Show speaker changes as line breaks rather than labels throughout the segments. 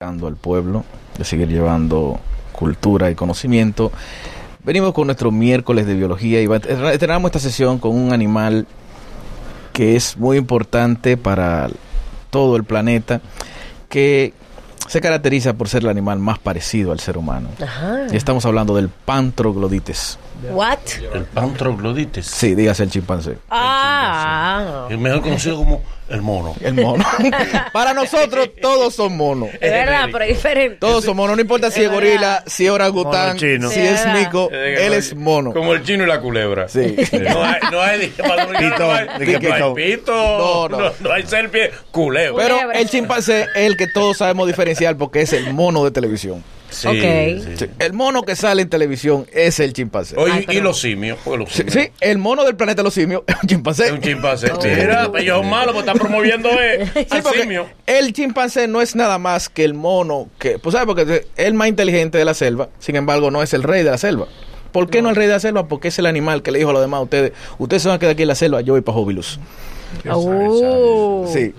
al pueblo, de seguir llevando cultura y conocimiento. Venimos con nuestro miércoles de biología y estrenamos esta sesión con un animal que es muy importante para todo el planeta, que se caracteriza por ser el animal más parecido al ser humano.
Ajá.
Y estamos hablando del pantroglodites.
What?
El pantroglodites.
Sí, dígase el chimpancé.
Ah,
El mejor conocido como el mono.
El mono. para nosotros todos son monos.
es verdad, pero es diferente.
Todos son monos, no importa si es
verdad.
gorila, si es orangután,
Mono chino.
si es
Sí, es
mico, él es mono.
Como el chino y la culebra.
Sí.
No hay, no hay, dije, para dominicano, no hay-
Pitón, dije
no hay
pitón.
pito,
No,
no,
no.
no hay serpiente, culebra.
Pero
Culebra.
el chimpancé es el que todos sabemos diferenciar porque es el mono de televisión.
Sí,
Ok.
sí.
Sí, El mono que sale en televisión es el chimpancé.
Oye,
Ay, pero-
y los simios, porque los
Sí,
simios.
sí, el mono del planeta de los simios es un
Es
chimpancé.
un chimpancé.
Oh.
Mira, pero ellos son malos porque están promoviendo eh,
Sí,
al
porque
simio.
el chimpancé no es nada más que el mono que, pues sabes, porque es el más inteligente de la selva, sin embargo no es el rey de la selva. ¿Por qué no, el rey de la selva? Porque es el animal que le dijo a los demás a ustedes, ustedes se van a quedar aquí en la selva, yo voy para Jovilus.
Oh.
Sí.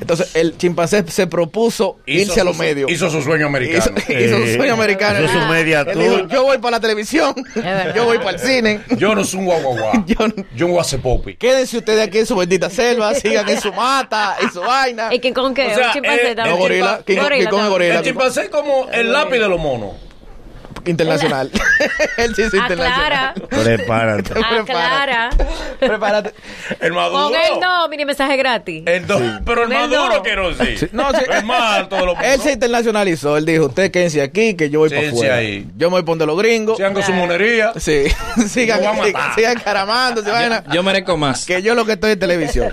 Entonces el chimpancé se propuso irse a los
su-
medios.
Hizo su sueño americano.
Hizo-
Eh,
hizo un sueño americano.
Hizo su media
Él dijo,
tour.
yo voy para la televisión,
verdad.
yo voy para el cine.
Yo no soy un guaguaguá.
Yo no-
Yo un guacepopi.
Quédense ustedes aquí en su bendita selva, sigan en su mata, en su vaina.
¿Y quién con qué?
O sea,
un
eh,
chimpancé
el
también.
No, gorila,
chimpa-
King, King
Gorila
Kong es
también.
gorila.
El chimpancé es como el lápiz de los monos.
Internacional. Él sí es
Ah, Aclara,
internacional.
Prepárate.
aclara.
Prepárate.
El maduro.
Con él no, mini mensaje gratis.
El do- Pero el
Con él
maduro
no.
quiero decir.
Sí, no, sí.
El más alto de los
Él se internacionalizó. Él dijo, usted quédense aquí que yo voy para
Quédense
afuera.
ahí.
Yo me voy para donde los gringos.
Sigan con su monería.
Sí. sigan,
Lo vamos a
sigan,
matar.
sigan caramándose, vaina.
Yo merezco más.
que yo lo que estoy en televisión.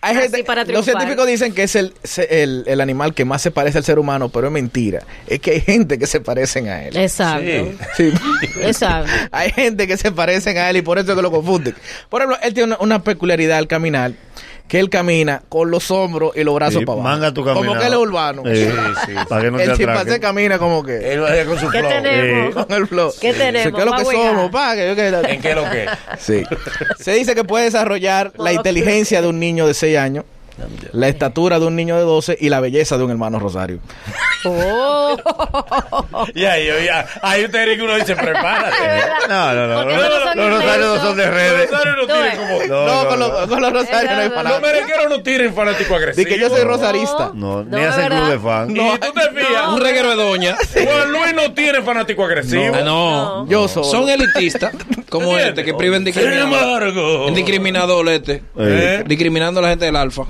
Hay
Así
gente,
para
los
triunfar.
científicos dicen que es el, se- el, el animal que más se parece al ser humano, pero es mentira. Es que hay gente que se parecen a él.
Exacto.
Sí.
Exacto.
hay gente que se parecen a él y por eso es que lo confunden. Por ejemplo, él tiene una, una peculiaridad al caminar, que él camina con los hombros y los brazos
Sí,
para abajo.
Manga tu camino.
Como que él es urbano.
Sí, sí. Para que no te Eh.
el chimpancé
atraque.
camina como que...
Él vaya con su
¿Qué
flow.
tenemos?
Con el flow.
¿Qué tenemos?
¿Qué es lo que
Pa' huegar.
somos? pa? Que yo que-
¿En qué lo que?
Sí. Se dice que puede desarrollar la inteligencia de un niño de 6 años, la estatura de un niño de 12 y la belleza de un hermano Rosario. Eh.
Oh.
Y ahí, ahí, ahí usted cree que uno dice, prepárate.
No, no, no.
Porque
Los,
no son
los rosarios no son de
Los
redes.
rosarios no
Tú
tienen
ves.
como...
No,
No,
no,
con, los-
no.
con los Rosarios no hay
Exacto.
Los
palabra.
merengueros no tienen fanático
Di
agresivo.
que yo soy rosarista.
No, ni
No,
hace el
¿verdad?
club de fan.
Y tú te fijas,
Un reguero de doña.
Juan Luis no tiene fanático agresivo.
Ah, no.
Yo soy.
Son elitistas, como
¿Entiendes?
este, que priven de
Sin
discriminador.
embargo...
El discriminador este.
Eh,
¿Eh?
Discriminando a la gente del alfa.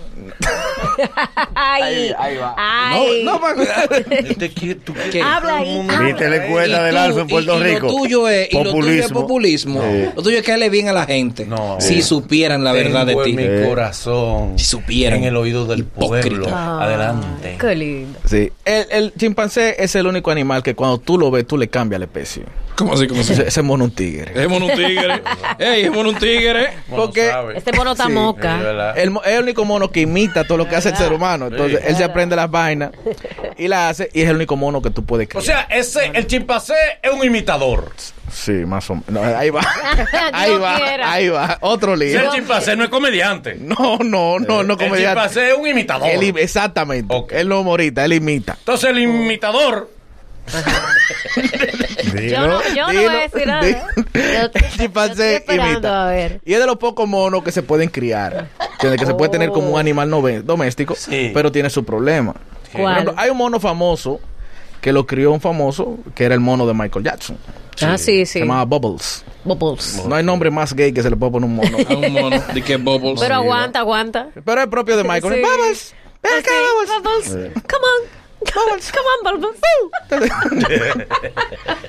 Ay.
ahí va.
Ay.
No, pues. pa-
Yo te quiero- tú quieres Este
¿Qué?
que
Habla
todo el
ahí,
mundo-
habla.
Viste la escuela
Y
del
tú-
Alfa en
y-
Puerto
y
Rico.
Lo tuyo es, y lo tuyo es populismo.
Sí.
Lo tuyo es caerle bien a la gente.
No.
Si supieran la verdad de
Tengo
ti.
en mi corazón.
Si supieran.
En el oído del
Hipócrita. Ah,
pueblo. Adelante.
Ah, Qué lindo.
Sí. El, el chimpancé es el único animal que cuando tú lo ves, tú le cambias la especie.
¿Cómo así? ¿Cómo así?
Ese, ese mono es un tigre.
Dejémonos un tigre. Ey, dejémonos un tigre.
Bueno,
Porque-
sabe.
Este mono está
Sí,
Sí,
moca.
¿verdad?
El mo- es el único mono que imita todo lo que hace el ser humano. Entonces, él se aprende las vainas y las hace y es el único mono que tú puedes
O
criar.
sea, ese, el chimpancé es un imitador.
Sí, más o menos. No, ahí va. ahí
Dios
va.
quiera.
Ahí va. Otro
O sea,
lío.
el chimpancé no es comediante.
No, no, no, no
el
comediante.
chimpancé es un imitador.
Él im- exactamente.
Ok.
Él no morita, él imita.
Entonces el imitador
Yo
dilo.
no, yo no
Dilo,
voy a decir nada.
dilo.
Yo-
El chimpancé
yo estoy esperando,
imita.
a ver.
Y es de los pocos monos que se pueden criar. Tiene que se puede tener
Oh.
como un animal nove- doméstico,
Sí.
pero tiene su problema. Por
¿Cuál?
ejemplo, hay un mono famoso que lo crió un famoso, que era el mono de Michael Jackson.
Ah, sí, sí.
Se llamaba Bubbles.
Bubbles.
No hay nombre más gay que se le pueda poner a un mono.
A un mono. De que Bubbles.
Pero aguanta, aguanta.
pero es propio de Michael.
Sí.
Bubbles. Ven acá,
Así,
Bubbles.
Bubbles. Come on. Come on, Bubbles.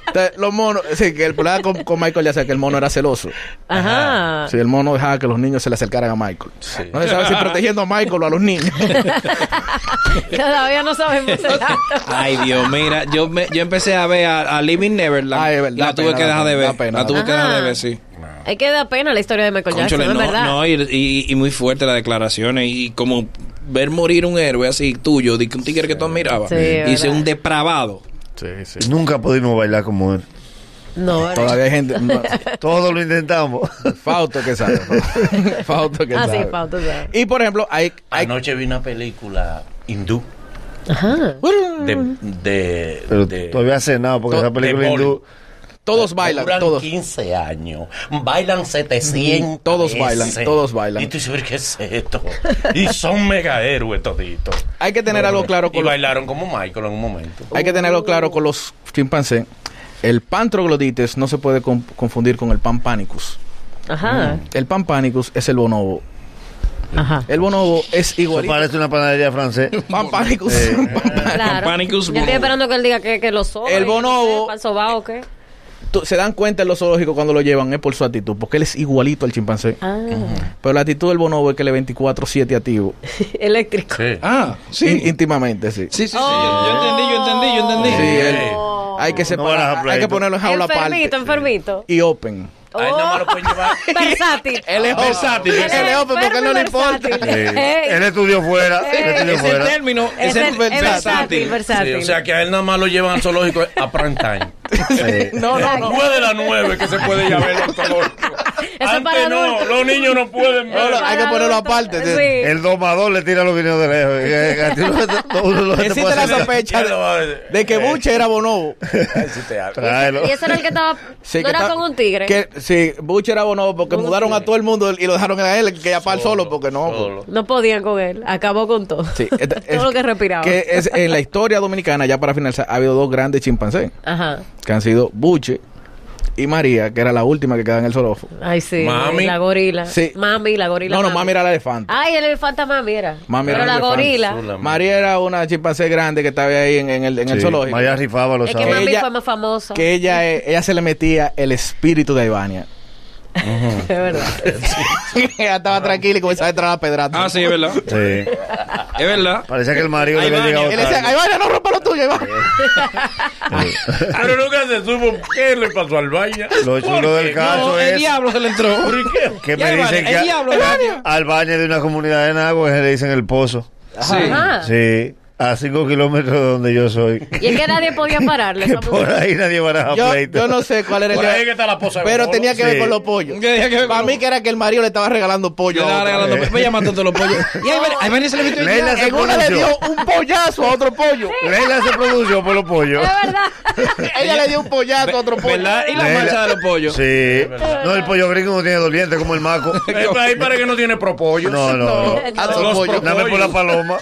Entonces, los monos, sí, que el problema con, con Michael ya sea que el mono era celoso.
Ajá.
Si el mono dejaba que los niños se le acercaran a Michael. No se sabe si protegiendo a Michael o a los niños.
Todavía no sabemos exacto.
Ay, Dios, mira, yo me, yo empecé a ver a, a Living Neverland.
Ay, es verdad,
la tuve
pena,
que
da
dejar
pena,
de
da
ver.
pena,
la
da
tuve que
pena.
dejar de ver, sí.
Es que da pena la historia de Michael
Cónchale,
Jackson, es
no,
verdad.
no, y, y- y muy fuerte las declaraciones y como ver morir un héroe así tuyo, de que un tigre que tú admirabas
Sí,
y ser
verdad.
un depravado.
Nunca pudimos bailar como él.
No, ¿verdad?
Todavía hay gente. no,
Todos lo intentamos.
Fausto que sabe. Fausto que
Ah, sí,
sabe.
Pau, tú sabes.
Ah,
Y por ejemplo, hay, hay
Anoche vi una película hindú
Ajá.
De,
Mm.
de,
Pero
de-
todavía hace nada porque
to-
esa película
de
hindú.
Todos bailan,
Duran
todos.
15 años, bailan 700.
Todos bailan,
veces.
todos bailan.
Y tú dices, "Pero, ¿qué es esto? Y son mega héroes toditos.
Hay que tener algo claro
Y
con los,
bailaron como Michael en un momento.
hay que tener algo claro con los chimpancés. El pan troglodites no se puede con- confundir con el pan panicus.
Ajá.
El pan panicus es el bonobo.
Ajá.
El bonobo es
Eso
igualito.
parece una panadería francesa.
Pan panicus. Pan pan-
Claro.
Pampanicus
Yo estoy
bonobo.
esperando que él diga que, que lo soba.
El
y no
bonobo-
sé, ¿Pal sobao o qué?
Tú- Se dan cuenta en los zoológicos cuando lo llevan, es por su actitud, porque él es igualito al chimpancé.
Ah,
Pero la actitud del bonobo es que él es 24-7 activo.
eléctrico. Oh.
Sí.
Ah,
Sí.
sí.
íntimamente, sí.
Sí, sí, sí. yo- Yo entendí, yo entendí, yo entendí.
Sí, él- hay que
van a
separar, hay
pleito.
que ponerlo en jaula
enfermito,
aparte.
enfermito. Oh.
Y open.
A él nada más lo pueden llevar.
Versátil.
Él
Ah,
es
Oh. Versátil.
Él es open porque él pues, no le importa.
Ey,
Él estudió fuera. Él estudió
Ese
fuera.
término
es,
es
el- es
el
versátil.
versátil.
Sí,
versátil.
o sea que a él nada más lo llevan al zoológico a prime time.
No, no, no.
Después de las 9 que se puede ir a ver los zoológicos.
es
Antes
para
no,
adultos.
los niños no pueden
No,
ver.
no, hay que ponerlo aparte.
Sí.
El domador le tira los guineos de lejos. Uno no se
Existe
puede
la
hacer nada.
sospecha de, de
Eh.
que Buche era bonobo.
Tráelo.
Y ese era el que estaba.
Sí,
no
que
era
está-
con un tigre.
Que, sí, Buche era bonobo porque
Con un
mudaron a
tigre.
todo el mundo y lo dejaron a él, que ya para el solo, porque no. pues,
Solo.
No podían con él. Acabó con todo.
Sí, es- es-
todo lo que respiraba.
que es- en la historia dominicana, ya para finalizar, ha habido dos grandes chimpancés,
Ajá.
que han sido Buche y María, que era la última que quedaba en el zoológico.
Ay, sí. eh,
Mami.
La gorila.
Sí.
Mami, la Ah. gorila.
No, no, mami era la elefante.
Ay, el elefante mami era.
Mami era
Pero
el
la
elefante.
gorila.
María era una chimpancé grande que estaba ahí en, en el, en el
Sí,
zoológico.
María rifaba los
Es que
sábados.
mami
Ella-
fue más famosa.
Que ella, eh, ella se le metía el espíritu de Ivania.
Es verdad.
ella estaba tranquila y comenzaba a entrar a la pedrata.
Ah, sí, es verdad.
Sí.
Es verdad.
Parecía que el marido le
Ahí
había
va,
llegado
Y le decía,
tarde.
Ivania, no rompa lo tuyo, Ivania.
Pero nunca se supo qué le pasó al baño.
Lo chulo del caso
No, el
es
diablo se le entró.
que
Ya,
me dicen
Ivania,
que
el
a-
diablo.
al baño de una comunidad en agua le dicen el pozo.
Sí.
Ajá.
Sí, a cinco kilómetros de donde yo soy.
Ah. Y es que nadie podía pararle.
Que
esa mujer.
por ahí nadie baraja
Yo,
pleito.
yo no sé cuál era el
Por ahí que
debate,
está la posa de
Pero
Manolo.
tenía que ver
Sí.
con los pollos.
¿Qué dije que ver
Para
con
mí
los-
que era que el marido le estaba regalando pollo.
Yo
a
estaba
otro.
regalando. Me llamaste todos los pollos. Y ahí, ahí venía y se le metió el
Leila
diablo.
se
En una le
pronunció.
dio un pollazo a otro pollo.
Leila se pronunció por los pollos.
Es verdad.
Ella le dio un pollazo a otro pollo.
¿Verdad? Y la
Leila-
marcha de los pollos.
Sí. No, el pollo gringo no tiene doliente como el maco.
Ahí para que no tiene propollos.
No, no, no.
A
Los
otro pollo.
propollos.
Dame por la paloma.